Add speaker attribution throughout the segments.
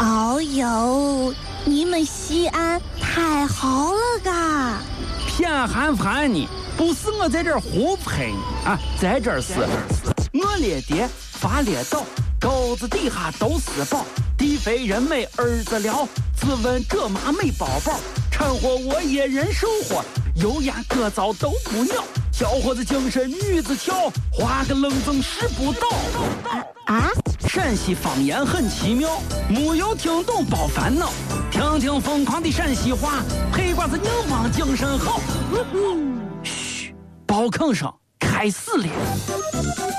Speaker 1: 哦
Speaker 2: 哟，你们西安太好了嘎！
Speaker 3: 偏寒寒呢，不是我在这儿胡喷你啊，在这儿是，我列爹发列倒，沟子底下都是宝，地肥人美儿子了，自问这妈没宝宝，掺和我也人生活，油盐各糟都不尿，小伙子精神女子俏，花个愣风拾不倒。
Speaker 2: 啊，
Speaker 3: 陕西方言很奇妙，没有听懂别烦恼，听听疯狂的陕西话，黑瓜子硬邦精神好。嘘，包吭声开始了。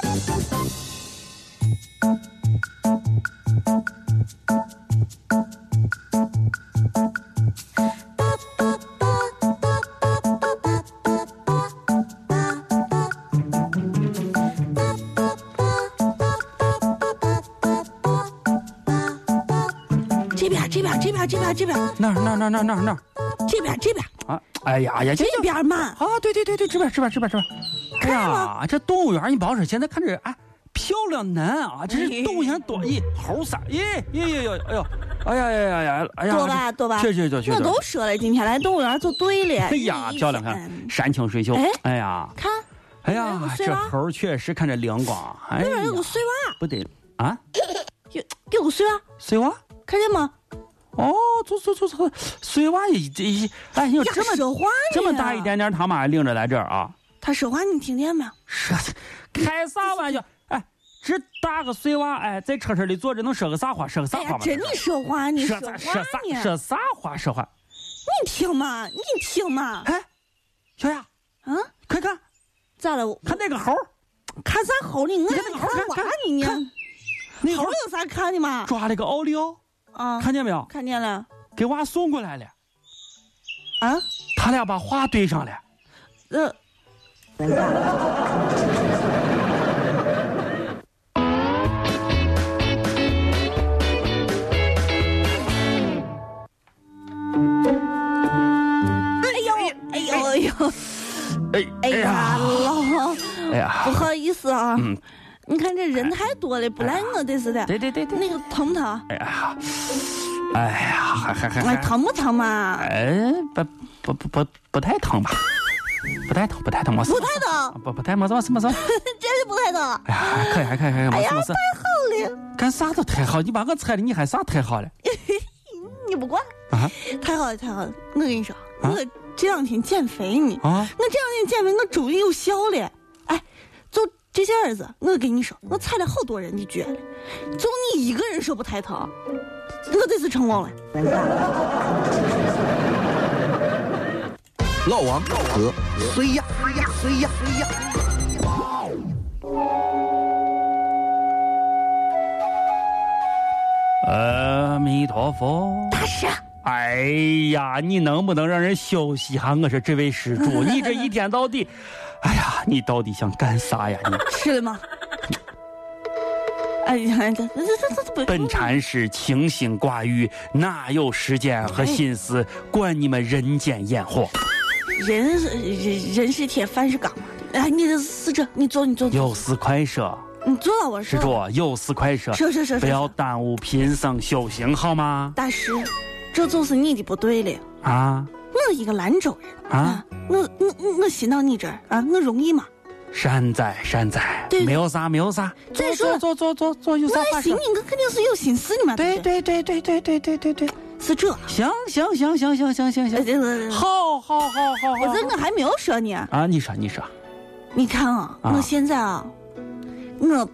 Speaker 1: 这边，这边，这边，这边，这边，
Speaker 3: 那儿那儿那儿那儿那儿那儿
Speaker 1: 这边，这边，
Speaker 3: 啊！哎呀哎呀，这
Speaker 1: 这边嘛，
Speaker 3: 啊，对对对对，这边这边这边这边。哎呀，这动物园你别说，现在看着哎，漂亮男啊，这是动物园多咦，猴三，咦咦咦咦，哎呦，哎呀呀呀呀，哎呀，
Speaker 1: 多吧多吧
Speaker 3: 去去去去。
Speaker 1: 我都说了，今天来动物园做对了。
Speaker 3: 哎呀，
Speaker 1: 你
Speaker 3: 漂亮！看
Speaker 1: 嗯
Speaker 3: 山清水秀
Speaker 1: 哎。
Speaker 3: 哎呀，
Speaker 1: 看那
Speaker 3: 哎
Speaker 1: 边有
Speaker 3: 呀
Speaker 1: 个，碎
Speaker 3: 这
Speaker 1: 娃
Speaker 3: 猴确实看着灵光。哎
Speaker 1: 那边有个
Speaker 3: 呀，
Speaker 1: 碎娃，
Speaker 3: 不得啊，
Speaker 1: 有有个碎娃，
Speaker 3: 碎娃。
Speaker 1: 看见吗？
Speaker 3: 哦，走走走走，碎娃也这一，哎，有
Speaker 1: 呀
Speaker 3: 这，么
Speaker 1: 说话呢
Speaker 3: 这么大一，点点，他妈领着来这儿啊。
Speaker 1: 他说话你听见没有？
Speaker 3: 这开啥玩笑？哎，这大个碎娃，哎，在车车里坐着能说个啥话？说个啥
Speaker 1: 哎
Speaker 3: 话
Speaker 1: 呀，
Speaker 3: 嘛？
Speaker 1: 真的说话，你
Speaker 3: 说
Speaker 1: 说
Speaker 3: 啥？
Speaker 1: 话
Speaker 3: 说啥？
Speaker 1: 呢？
Speaker 3: 说啥话？说话？
Speaker 1: 你听嘛，你听嘛，
Speaker 3: 哎，小雅，
Speaker 1: 啊，
Speaker 3: 快看，
Speaker 1: 咋了？我
Speaker 3: 看那个猴儿，
Speaker 1: 看啥猴呢？我
Speaker 3: 看
Speaker 1: 让
Speaker 3: 那
Speaker 1: 你
Speaker 3: 个猴
Speaker 1: 啊看
Speaker 3: 看
Speaker 1: 娃你
Speaker 3: 看
Speaker 1: 呢？
Speaker 3: 那
Speaker 1: 猴
Speaker 3: 猴儿
Speaker 1: 有啥看的嘛？
Speaker 3: 抓了个奥利奥，
Speaker 1: 啊，
Speaker 3: 看见没有？
Speaker 1: 看见了
Speaker 3: 给娃送过来了，
Speaker 1: 啊？
Speaker 3: 他俩把话对上了。
Speaker 1: 呃，哎呦，哎呦，哎呦，
Speaker 3: 哎
Speaker 1: 哎呀，，老王，
Speaker 3: 哎呀
Speaker 1: 不，好意思啊，
Speaker 3: 嗯
Speaker 1: 你看这人太多了，不赖我的似的。
Speaker 3: 对对对对，
Speaker 1: 那个疼不疼？
Speaker 3: 哎呀，哎呀，还还还
Speaker 1: 哎，
Speaker 3: 还，
Speaker 1: 疼不疼嘛？
Speaker 3: 哎，不不不不不太疼吧？不太疼，不太疼，没事，
Speaker 1: 不太疼，
Speaker 3: 不不太没事没事没事。
Speaker 1: 真的不太疼。
Speaker 3: 哎呀，还可以，还可以，还可以，
Speaker 1: 哎
Speaker 3: 没事
Speaker 1: 呀
Speaker 3: 没事。
Speaker 1: 好了，
Speaker 3: 干啥都太好，你把我踩的，你还啥太好了？
Speaker 1: 你不管，
Speaker 3: 啊
Speaker 1: 太好了，太好了。我跟你说，我这两天减肥呢，
Speaker 3: 啊！
Speaker 1: 我这两天减肥，我终于有效了。哎，就这些日子，我跟你说，我踩了好多人的脚了，就你一个人说不太疼，我这次成功了。
Speaker 4: 老王和谁呀？谁呀？谁呀？
Speaker 3: 阿弥陀佛。
Speaker 1: 大师，
Speaker 3: 哎呀，你能不能让人休息下？我说这位施 主，你这一天到底，哎呀，你到底想干啥呀？你
Speaker 1: 吃了吗？哎呀，这这这这这不
Speaker 3: 本禅师清心寡欲，哪有时间和心思管你们人间烟火？
Speaker 1: 人是人人是铁，饭是钢嘛。哎，你这是这，你坐，你坐，
Speaker 3: 有事快说，
Speaker 1: 你坐到我
Speaker 3: 施
Speaker 1: 身。
Speaker 3: 主，有事快说，
Speaker 1: 是是是是
Speaker 3: 不要耽误贫僧修行好吗？
Speaker 1: 大师，这就是你的不对了。
Speaker 3: 啊，
Speaker 1: 我一个兰州人
Speaker 3: 啊，
Speaker 1: 我我我我寻到你这儿啊，我容易吗？
Speaker 3: 善哉善哉，
Speaker 1: 对
Speaker 3: 没有啥没有啥，
Speaker 1: 再说
Speaker 3: 坐坐坐坐坐，有啥
Speaker 1: 我
Speaker 3: 话
Speaker 1: 寻
Speaker 3: 说？
Speaker 1: 你，我肯定是有心思的嘛。不，
Speaker 3: 对对对对对对对对，
Speaker 1: 是这。
Speaker 3: 行行行行行行行
Speaker 1: 呃
Speaker 3: 行，
Speaker 1: 这个
Speaker 3: 好好好好
Speaker 1: 我这
Speaker 3: 好。
Speaker 1: 我还没有说呢。
Speaker 3: 啊，你说你说，
Speaker 1: 你看啊，
Speaker 3: 啊
Speaker 1: 我现在啊，我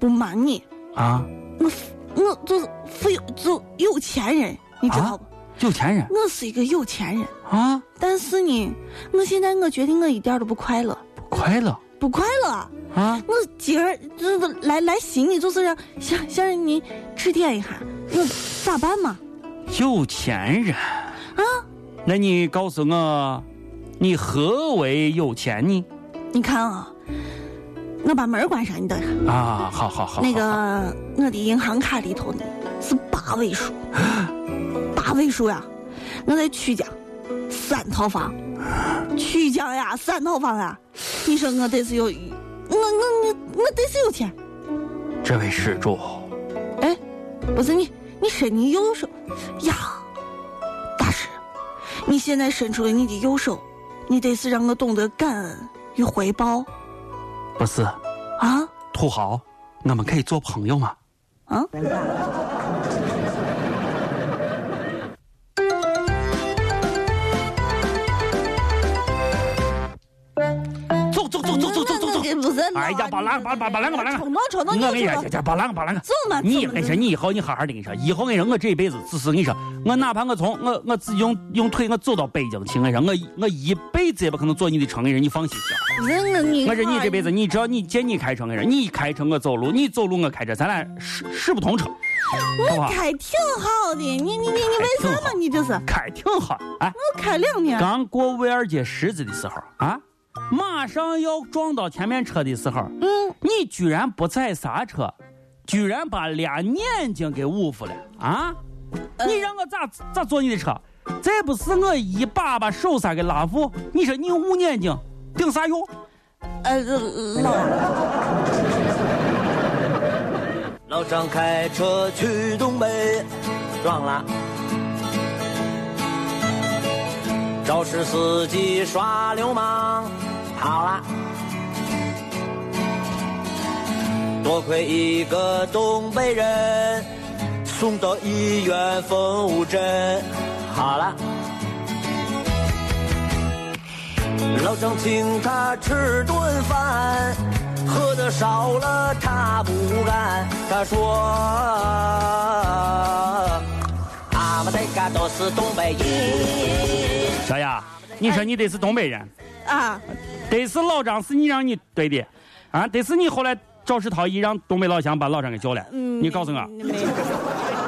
Speaker 1: 不瞒你，
Speaker 3: 啊，
Speaker 1: 我我就是富有，就有钱人，你知道不？
Speaker 3: 有钱人
Speaker 1: 我是一个有钱人，
Speaker 3: 啊，
Speaker 1: 但是呢，我现在我觉得我一点儿都不快乐，
Speaker 3: 不快乐
Speaker 1: 不快乐。
Speaker 3: 啊，
Speaker 1: 我今儿就是来来寻你，就是让想想让你指点一下，我咋办嘛？
Speaker 3: 有钱人啊，那你告诉我，你何为有钱呢？
Speaker 1: 你看啊，我把门儿关上，你等一下。
Speaker 3: 啊，好好好，
Speaker 1: 那
Speaker 3: 好好
Speaker 1: 个我的银行卡里头呢是八位数，八位数呀！我在曲江三套房，曲江呀三套房呀！你说我得是有，我我我我得是有钱。
Speaker 3: 这位施主，
Speaker 1: 哎，不是你，你说你又说呀，大师，你现在伸出了你的右手，你得是让我懂得感恩与回报
Speaker 3: 不是，
Speaker 1: 啊！
Speaker 3: 土豪，我们可以做朋友吗？
Speaker 1: 啊？
Speaker 3: 走走走走走走走走！
Speaker 1: 这不是闹啊
Speaker 3: 哎呀，把拉把把把啷个把啷个！
Speaker 1: 冲动冲动，
Speaker 3: 我跟
Speaker 1: 你
Speaker 3: 你
Speaker 1: 冲
Speaker 3: 说，
Speaker 1: 动
Speaker 3: 这把啷个把啷个！
Speaker 1: 走嘛走
Speaker 3: 你
Speaker 1: 嘛
Speaker 3: 跟你说，你以后你好好的跟你说，以后我跟你说，我这一辈子只是跟你说，我哪怕我从我我自己用用腿我走到北京去，我说我我一辈子也不可能做你的城里人，你放心去。
Speaker 2: 不是我你
Speaker 3: 我说你这辈子，你只要你见你开车，我跟你说，你开车我走路，你走路我开车，咱俩势势不同车，好不好？
Speaker 1: 开挺好的，你你你你为
Speaker 3: 挺
Speaker 1: 什么
Speaker 3: 好
Speaker 1: 你这是？我
Speaker 3: 开挺好，哎，
Speaker 1: 开两年，
Speaker 3: 刚过卫二街十字的时候啊，马上要撞到前面车的时候，嗯，你居然不踩刹车，居然把俩眼睛给捂住了啊！你让我咋咋坐你的车？这不是我一把把手刹给拉住？你说你捂眼睛顶啥用？
Speaker 1: 呃，老
Speaker 4: 老张开车去东北，撞了。肇事司机耍流氓，跑了。多亏一个东北人，送到医院缝五针，好了。老张请他吃顿饭，喝的少了他不干。他说：“俺们这嘎都是东北人。
Speaker 3: 小雅，你说你得是东北人，
Speaker 1: 啊，
Speaker 3: 得是老张是你让你对的，啊，得是你后来肇事逃逸让东北老乡把老张给救了。你告诉我，
Speaker 1: 没有